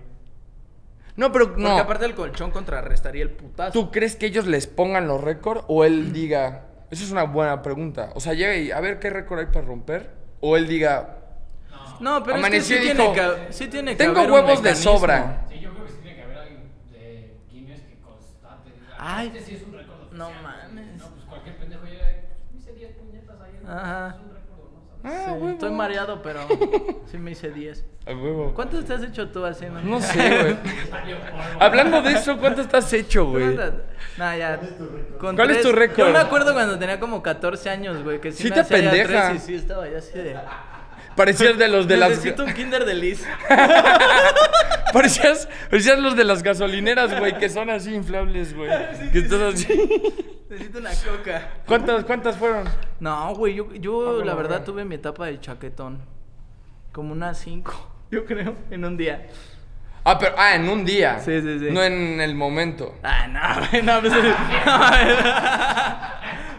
S2: No, pero
S1: Porque
S2: no.
S1: aparte el colchón contrarrestaría el putazo.
S2: ¿Tú crees que ellos les pongan los récords o él diga? Esa es una buena pregunta. O sea, llega y a ver qué récord hay para romper. O él diga,
S1: No, pero
S2: Amaneció
S1: es que sí
S2: y dijo,
S1: tiene que, sí tiene que
S2: tengo
S1: haber un
S2: huevos de
S1: mecanismo".
S2: sobra.
S5: Sí, yo creo que sí tiene que haber alguien de Guinness que constate. diga,
S1: Ay,
S5: Este sí es un récord
S1: no
S5: oficial,
S1: mames.
S5: No, pues cualquier pendejo llega y pues, hice 10 puñetas ayer.
S1: Ajá.
S5: Es un récord, ¿no? ¿Sabes?
S1: Sí,
S2: ah, huevo.
S1: estoy mareado, pero sí me hice 10.
S2: A huevo.
S1: ¿Cuántos te has hecho tú así? man?
S2: No sé, güey. Hablando de eso, ¿cuánto estás hecho, güey?
S1: ¿Cuántas? Nah, ya.
S4: ¿Cuál es tu récord?
S1: Con
S2: ¿Cuál es
S1: tres-
S2: tu récord?
S1: Yo me acuerdo cuando tenía como 14 años, güey, que sí,
S2: Sí
S1: me
S2: te
S1: hacía ya
S2: pendeja.
S1: tres y sí estaba ya así de...
S2: Parecías de los de las...
S1: Necesito un kinder de Liz.
S2: *laughs* Parecías, parecías los de las gasolineras, güey, que son así inflables,
S1: *laughs*
S2: güey. Que estás así.
S1: Necesito una coca.
S2: ¿Cuántas, cuántas fueron?
S1: No, güey, yo,
S2: Ah,
S1: yo
S2: bueno,
S1: la verdad
S2: bueno.
S1: tuve mi etapa de chaquetón. Como unas 5, *laughs* yo creo, en un día.
S2: Ah, pero, ah, en un día.
S1: Sí, sí, sí.
S2: No en el momento.
S1: Ah, no, *laughs* güey,
S2: *laughs*
S1: no, pues, no, güey.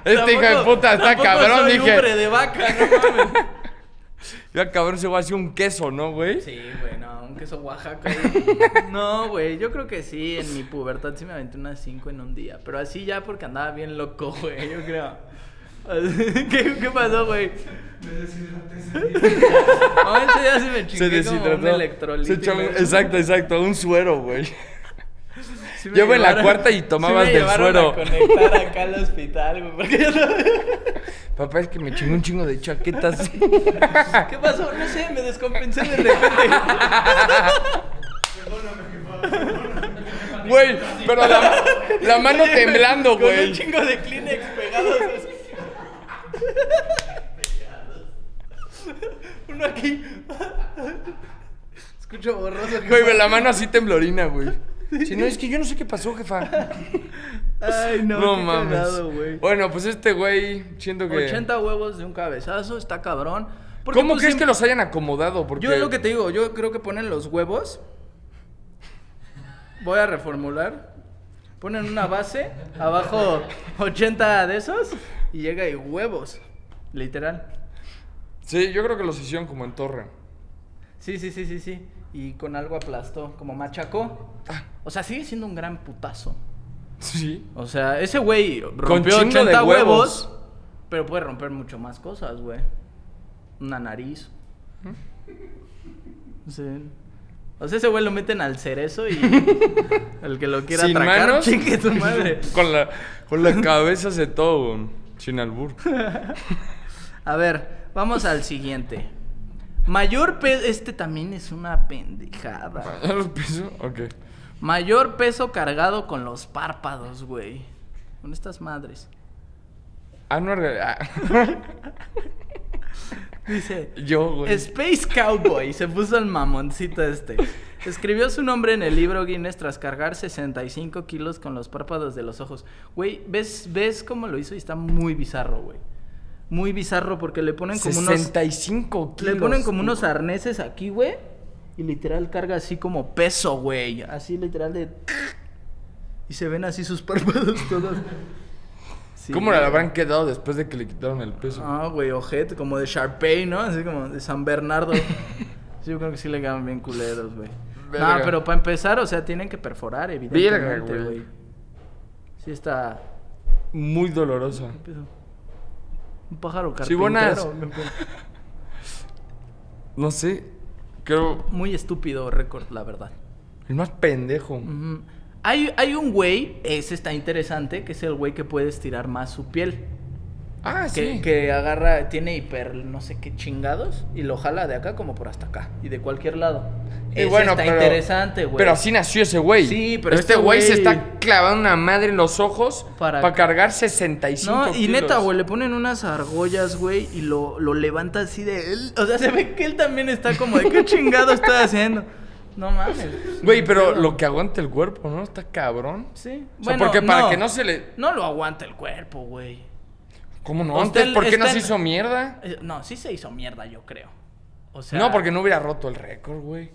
S2: Este hijo de
S1: Tampoco-
S2: puta está
S1: tampoco
S2: cabrón,
S1: soy
S2: dije.
S1: Hombre de vaca, no mames.
S2: Ya cabrón se va así un queso, ¿no, güey?
S1: Sí, güey, no, un queso Oaxaca.
S2: *laughs*
S1: No, güey, yo creo que sí, en mi pubertad sí me aventé unas 5 en un día. Pero así ya porque andaba bien loco, güey, yo creo. *laughs* ¿Qué, qué pasó, güey?
S3: Me deshidraté
S1: *laughs*
S3: ese día.
S1: No, ese día se me
S2: Se
S1: chingué como
S2: deshidrató.
S1: un electrolito.
S2: Se echó un- exacto, exacto, un suero, güey.
S1: Sí me
S2: Yo iba en la
S1: llevaron-
S2: cuarta y tomabas
S1: sí me
S2: del
S1: llevaron
S2: suero.
S1: a conectar acá al hospital, güey, porque yo no-
S2: Papá, es que me chingué un chingo de chaquetas. Ah.
S1: ¿Qué pasó? No sé, me descompensé de repente.
S4: Perdóname, jefa.
S2: *laughs* Güey, pero la, la mano
S1: Oye, güey,
S2: temblando,
S1: Con un
S2: güey.
S1: chingo de Kleenex pegados. *laughs* así. Uno aquí. Escucho borroso.
S2: Güey, la mano así temblorina, güey. Si no, es que yo no sé qué pasó, jefa.
S1: Ay, no,
S2: no
S1: qué
S2: mames.
S1: cagado, güey.
S2: bueno, pues este güey, siento que.
S1: 80 huevos de un cabezazo, está cabrón. Porque,
S2: ¿Cómo
S1: pues,
S2: crees
S1: si-
S2: que los hayan acomodado? Porque
S1: Yo es lo que te digo, yo creo que ponen los huevos. Voy a reformular. Ponen una base, abajo 80 de esos, y llega y huevos. Literal.
S2: Sí, yo creo que los hicieron como en torre.
S1: Sí, sí, sí, sí, sí. Y con algo aplastó, como machacó.
S2: Ah.
S1: O sea, sigue siendo un gran putazo.
S2: Sí.
S1: O sea, ese güey rompió
S2: chingo de
S1: 80
S2: huevos.
S1: huevos, pero puede romper mucho más cosas, güey. Una nariz. Sí. O sea, ese güey lo meten al cerezo
S2: *laughs*
S1: y el que lo quiera
S2: Sin
S1: atracar,
S2: manos.
S1: chingue tu madre.
S2: *laughs* Con la, con la cabeza se todo, güey.
S1: *laughs*
S2: sin albur.
S1: A ver, vamos al siguiente. Mayor peso, este también es una pendejada.
S2: ¿Los piso? Ok.
S1: Mayor peso cargado con los párpados, güey. Con estas madres.
S2: Ah, no, ah.
S1: Dice,
S2: *laughs* yo, güey.
S1: Space Cowboy se puso el mamoncito este. Escribió su nombre en el libro Guinness tras cargar 65 kilos con los párpados de los ojos. Güey, ¿ves, ves cómo lo hizo y está muy bizarro, güey. Muy bizarro porque le ponen como unos.
S2: 65 kilos.
S1: Le ponen como unos arneses aquí, güey. Y literal carga así como peso, güey. Así literal de. *clears throat* Y se ven así sus *laughs* párpados todos. Sí,
S2: ¿Cómo le
S1: güey.
S2: habrán quedado después de que le quitaron el peso?
S1: Ah, güey, ojete, como de Sharpay, ¿no? Así como de San
S2: *laughs*
S1: Bernardo. Sí, yo creo que sí le quedan bien culeros, güey.
S2: Verga.
S1: No, pero para empezar, o sea, tienen que perforar,
S2: Verga,
S1: evidentemente,
S2: güey.
S1: güey. Sí está...
S2: Muy dolorosa.
S1: ¿qué pedo? Un pájaro carpintero.
S2: Sí, buenas.
S1: güey.
S2: No sé. Creo.
S1: Muy estúpido récord, la verdad.
S2: El más pendejo.
S1: Ujú. Hay, hay un güey, ese está interesante, que es el güey que puede estirar más su piel.
S2: Ah,
S1: Que,
S2: sí.
S1: que agarra, tiene hiper, no sé qué chingados, y lo jala de acá como por hasta acá, y de cualquier lado.
S2: Y
S1: Ese
S2: bueno,
S1: está
S2: pero-
S1: interesante, güey.
S2: Pero así nació ese güey.
S1: Sí, pero
S2: este
S1: este
S2: güey se
S1: güey-
S2: está clavando una madre en los ojos para,
S1: Para-
S2: cargar 65
S1: No, y
S2: kilos.
S1: neta, güey, le ponen unas argollas, güey, y lo, lo levanta así de él. O sea, se ve que él también está como de qué chingado está haciendo. No mames.
S2: Güey, pero lo que aguanta el cuerpo, ¿no? Está cabrón.
S1: Sí.
S2: O sea, porque para que no se le-
S1: No lo aguanta el cuerpo, güey.
S2: ¿Cómo no?
S1: O sea,
S2: Antes,
S1: él
S2: ¿por qué no
S1: está
S2: se
S1: en-
S2: hizo mierda?
S1: Eh, No, sí se hizo mierda, yo creo. O sea.
S2: No, porque no hubiera roto el récord, güey.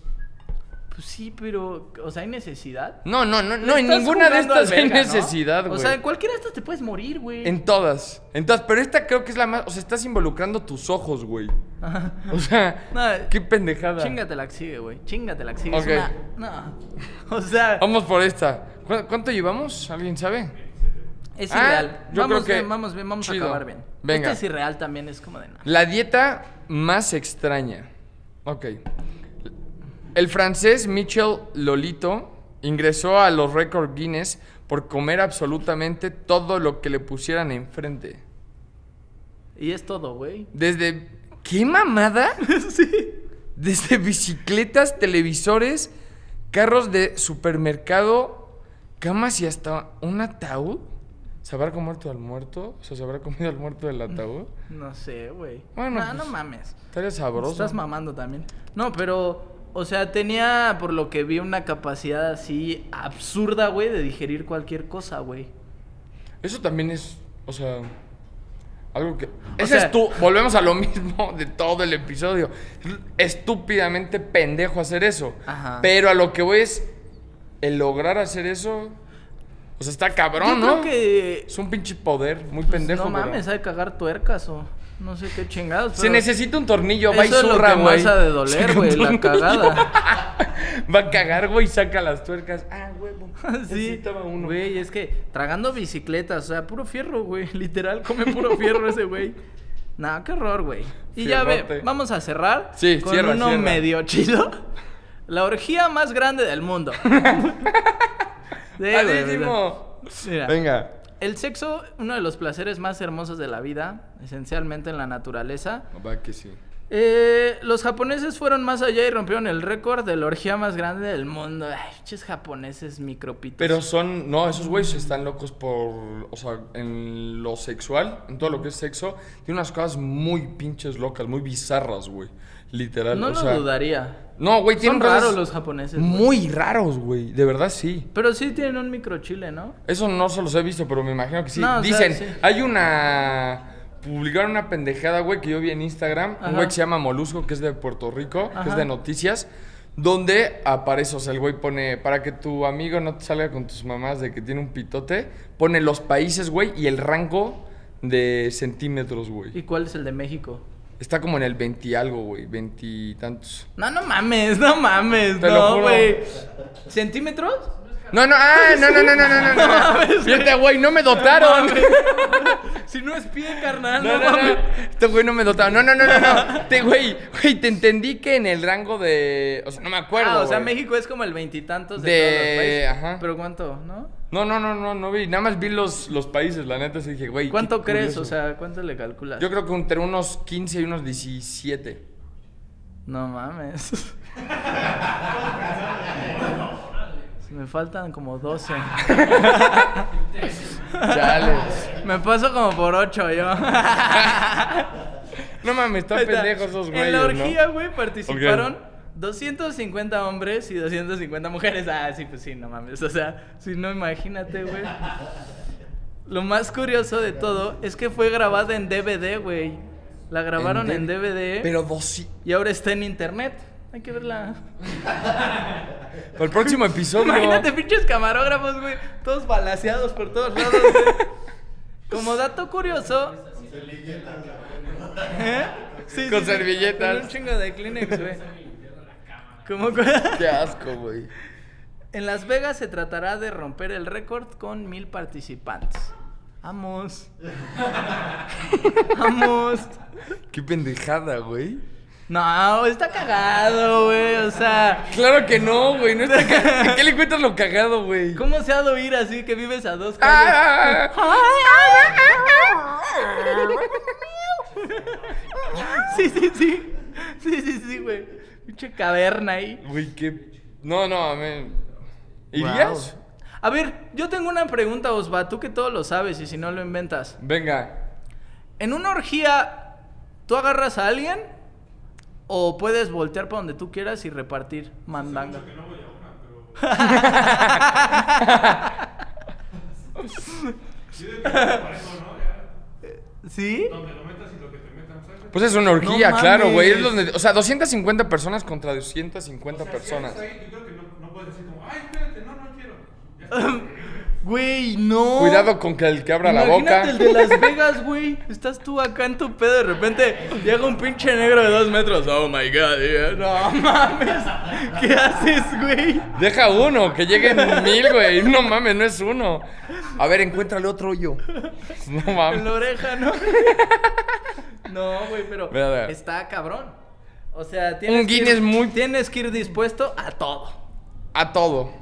S1: Pues sí, pero. O sea, hay necesidad.
S2: No, no, no,
S1: Le
S2: no, en
S1: estás
S2: ninguna de
S1: jugando al
S2: estas hay
S1: verga, ¿no?
S2: necesidad,
S1: O
S2: güey.
S1: sea, en cualquiera de estas te puedes morir, güey.
S2: En todas. En todas. Pero esta creo que es la más. O sea, estás involucrando tus ojos, güey. O sea,
S1: No,
S2: qué pendejada.
S1: Chingate la que sigue, güey. Chingate la que sigue. Es
S2: Ok.
S1: una- No. *laughs* O sea.
S2: Vamos por esta. ¿Cu- ¿Cuánto llevamos? ¿Alguien sabe?
S1: Es
S2: Ah,
S1: irreal.
S2: yo
S1: vamos
S2: creo que-
S1: bien, vamos bien, vamos
S2: chido.
S1: a acabar bien.
S2: Venga.
S1: Este es irreal también, es como de nada.
S2: La dieta más extraña. Ok. El francés Michel Lolito ingresó a los récord Guinness por comer absolutamente todo lo que le pusieran enfrente.
S1: Y es todo, güey. *laughs*
S2: Desde... ¿Qué mamada?
S1: sí.
S2: Desde bicicletas, televisores, carros de supermercado, camas y hasta un ataúd. ¿Se habrá comido al muerto? O sea, ¿se habrá comido al muerto del ataúd?
S1: No sé, güey.
S2: Bueno,
S1: No, no
S2: pues,
S1: mames.
S2: Estaría sabroso.
S1: Estás mamando también. No, pero, o sea, tenía, por lo que vi, una capacidad así absurda, güey, de digerir cualquier cosa, güey.
S2: Eso también es, o sea, algo que... Ese
S1: sea-
S2: es tú, volvemos a lo mismo de todo el episodio. Estúpidamente pendejo hacer eso.
S1: Ajá.
S2: Pero a lo que voy es el lograr hacer eso. O sea, está
S1: Yo
S2: cabrón,
S1: creo
S2: ¿no?
S1: que.
S2: Es un pinche poder, muy
S1: pues,
S2: pendejo.
S1: no
S2: pero-
S1: mames, hay que cagar tuercas o no sé qué chingados.
S2: Se
S1: pero
S2: necesita un tornillo, va y
S1: Eso es lo
S2: zurra,
S1: que más
S2: güey.
S1: ha de doler,
S2: Saca
S1: güey,
S2: un
S1: la
S2: tornillo.
S1: cagada.
S2: *laughs* Va a cagar, güey, y saca las tuercas. Ah, huevo.
S1: *laughs* Sí,
S2: necesitaba uno.
S1: güey, es que tragando bicicletas, o sea, puro fierro, güey. *laughs* Literal, come puro fierro ese güey. Nah, qué horror, güey. Y ya ve,
S2: Fierrote.
S1: vamos a cerrar
S2: Sí,
S1: con
S2: cierra,
S1: uno
S2: cierra.
S1: medio chido. *laughs* La orgía más grande del
S2: *laughs*
S1: mundo. Sí, güey,
S2: Padrísimo.
S1: mira.
S2: Venga.
S1: El sexo, uno de los placeres más hermosos de la vida, esencialmente en la naturaleza.
S2: Va que sí.
S1: Eh, los japoneses fueron más allá y rompieron el récord de la orgía más grande del mundo. Ay, pinches japoneses micropitos.
S2: Pero son, no, esos güeyes están locos por, o sea, en lo sexual, en todo lo que es sexo, tiene unas cosas muy pinches locas, muy bizarras, güey. Literal.
S1: no
S2: o
S1: lo
S2: sea,
S1: dudaría.
S2: No, güey, tienen
S1: Son raros
S2: razas
S1: los japoneses. güey.
S2: Muy raros, güey. De verdad, sí.
S1: Pero sí tienen un microchile, ¿no?
S2: Eso no se los he visto, pero me imagino que sí.
S1: No, o sea,
S2: Dicen,
S1: sí.
S2: hay una. Publicaron una pendejada, güey, que yo vi en Instagram.
S1: Ajá.
S2: Un güey que se llama Molusco, que es de Puerto Rico, que es
S1: Ajá.
S2: de noticias. Donde aparece, o sea, el güey pone, para que tu amigo no te salga con tus mamás de que tiene un pitote, pone los países, güey, y el rango de centímetros,
S1: ¿Y
S2: güey.
S1: cuál es el de México?
S2: Está como en el 20 y algo, güey, veintitantos.
S1: No, no mames, no mames,
S2: Te lo
S1: no,
S2: juro.
S1: güey. ¿Centímetros?
S2: No, no, ah, no, no, no,
S1: *laughs*
S2: no, no, no, no. Fíjate, güey, no me dotaron.
S1: *laughs* Si no es pie, carnal, no,
S2: No, no, no.
S1: mames.
S2: Este güey no me dotaba. No, no, no, no, no. Te, güey, güey, te entendí que en el rango de. O sea, no me acuerdo.
S1: ah, o sea,
S2: güey.
S1: México es como el veintitantos de,
S2: De-
S1: todos los países.
S2: ajá.
S1: Pero ¿cuánto, no?
S2: No, no, no, no, no vi. Nada más vi los, los países, la neta. Así dije, güey. qué
S1: ¿Cuánto crees?
S2: curioso.
S1: O sea, ¿cuánto le calculas?
S2: Yo creo que entre unos 15 y unos 17.
S1: No mames. Me faltan como 12.
S2: Chale.
S1: Me paso como por 8 yo.
S2: No mames, están
S1: Ahí está.
S2: pendejos esos güeyes.
S1: En la
S2: ¿no?
S1: orgía, güey, participaron 250 hombres y 250 mujeres. Ah, sí, pues sí, no mames. O sea, si no, imagínate, güey. Lo más curioso de todo es que fue grabada en DVD, güey. La grabaron en, DVD
S2: Pero dos.
S1: y ahora está en internet. Hay que verla.
S2: Para el próximo episodio.
S1: Imagínate, pinches camarógrafos, güey. Todos balaseados por todos lados, güey. Como dato curioso. ¿Eh? Sí,
S2: Con
S1: sí, sí.
S2: servilletas.
S1: Con un chingo de Kleenex, güey. Como
S2: *laughs*
S1: cu-
S2: Qué asco, güey.
S1: En Las Vegas se tratará de romper el récord con mil participantes. *laughs* Vamos. Vamos.
S2: Qué pendejada, güey.
S1: No, está cagado, güey. O sea,
S2: Claro que no, güey. No está ca- ¿A ¿Qué le cuentas lo cagado, güey?
S1: ¿cómo se ha de oír así que vives a dos calles?
S2: Ah, ah, ah.
S1: Sí, sí, sí. Sí, sí, sí, güey. Pinche caverna ahí.
S2: Güey, qué. No, no, amén. ¿Irías?
S1: A ver, yo tengo una pregunta, Osva. Tú que todo lo sabes y si no lo inventas.
S2: Venga.
S1: En una orgía, ¿tú agarras a alguien? ¿O puedes voltear para donde tú quieras y repartir mandanga? *laughs* ¿Sí?
S2: Pues es una orgía,
S1: No
S2: claro, güey. Es
S1: mames.
S2: donde- O sea, 250 personas contra 250 personas.
S1: Güey, no.
S2: Cuidado con que el que abra la boca.
S1: Imagínate el de
S2: *laughs*
S1: Las Vegas, güey. Estás tú acá en tu pedo de repente llega un pinche negro de dos metros. Oh my god, yeah. no mames. ¿Qué haces, güey?
S2: Deja uno, que lleguen mil, güey. No mames, no es uno. A ver, encuéntrale otro hoyo. No
S1: En la
S2: mames.
S1: oreja, ¿no? No, güey, pero
S2: Ve, ve.
S1: está cabrón. O sea, tienes,
S2: Un
S1: que ir-
S2: Guinness muy-
S1: tienes que ir dispuesto a todo.
S2: A todo.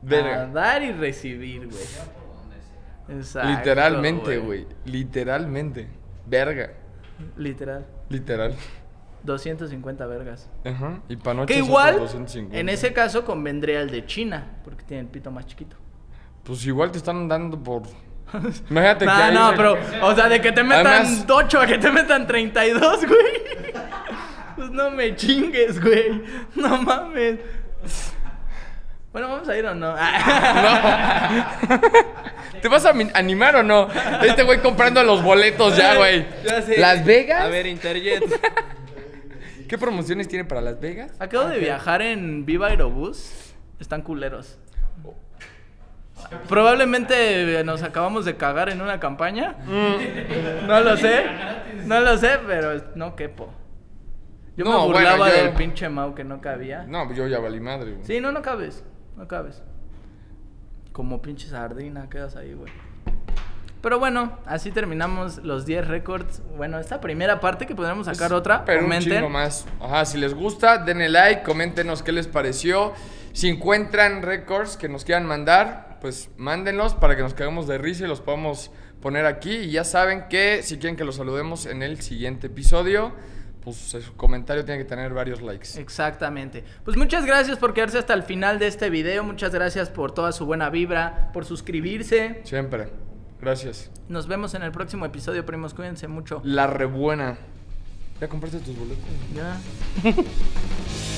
S1: A
S2: Verga.
S1: dar y recibir, güey. Exacto,
S2: Literalmente, güey. Literalmente. Verga.
S1: Literal.
S2: Literal.
S1: 250 vergas.
S2: Ajá. Y para noche
S1: Que igual, en ese caso convendría el de China, porque tiene el pito más chiquito.
S2: Pues igual te están dando por. Imagínate que.
S1: No,
S2: ahí
S1: Ah, no,
S2: se-
S1: pero, o sea, de que te metan
S2: Además-
S1: 8 a que te metan 32, güey. Pues no me chingues, güey. No mames. Bueno, vamos a ir o no.
S2: No. ¿Te vas a mi- animar o no? Este güey comprando los boletos ya, güey.
S1: Ya sé.
S2: ¿Las Vegas?
S1: A ver, Interjet.
S2: ¿Qué promociones tiene para Las Vegas?
S1: *laughs* Acabo de viajar en Viva Aerobús. Están culeros. Probablemente nos acabamos de cagar en una campaña. Mm. No lo sé. No lo sé, pero no quepo. Yo
S2: No,
S1: me
S2: bueno,
S1: burlaba
S2: yo-
S1: del pinche Mau que no cabía.
S2: No, yo ya valí madre, güey.
S1: Sí, no, no cabes. No cabes. Como pinche sardina quedas ahí, güey. Pero bueno, así terminamos los 10 récords. Bueno, esta primera parte que podremos sacar otra.
S2: Pero un
S1: comenten.
S2: chingo más. Ajá, si les gusta, denle like, coméntenos qué les pareció. Si encuentran récords que nos quieran mandar, pues mándenlos para que nos caigamos de risa y los podamos poner aquí. Y ya saben que si quieren que los saludemos en el siguiente episodio, pues su comentario tiene que tener varios likes.
S1: Exactamente. Pues muchas gracias por quedarse hasta el final de este video. Muchas gracias por toda su buena vibra, por suscribirse.
S2: Siempre. Gracias.
S1: Nos vemos en el próximo episodio, primos. Cuídense mucho.
S2: La rebuena. ¿Ya compraste tus boletos?
S1: Ya.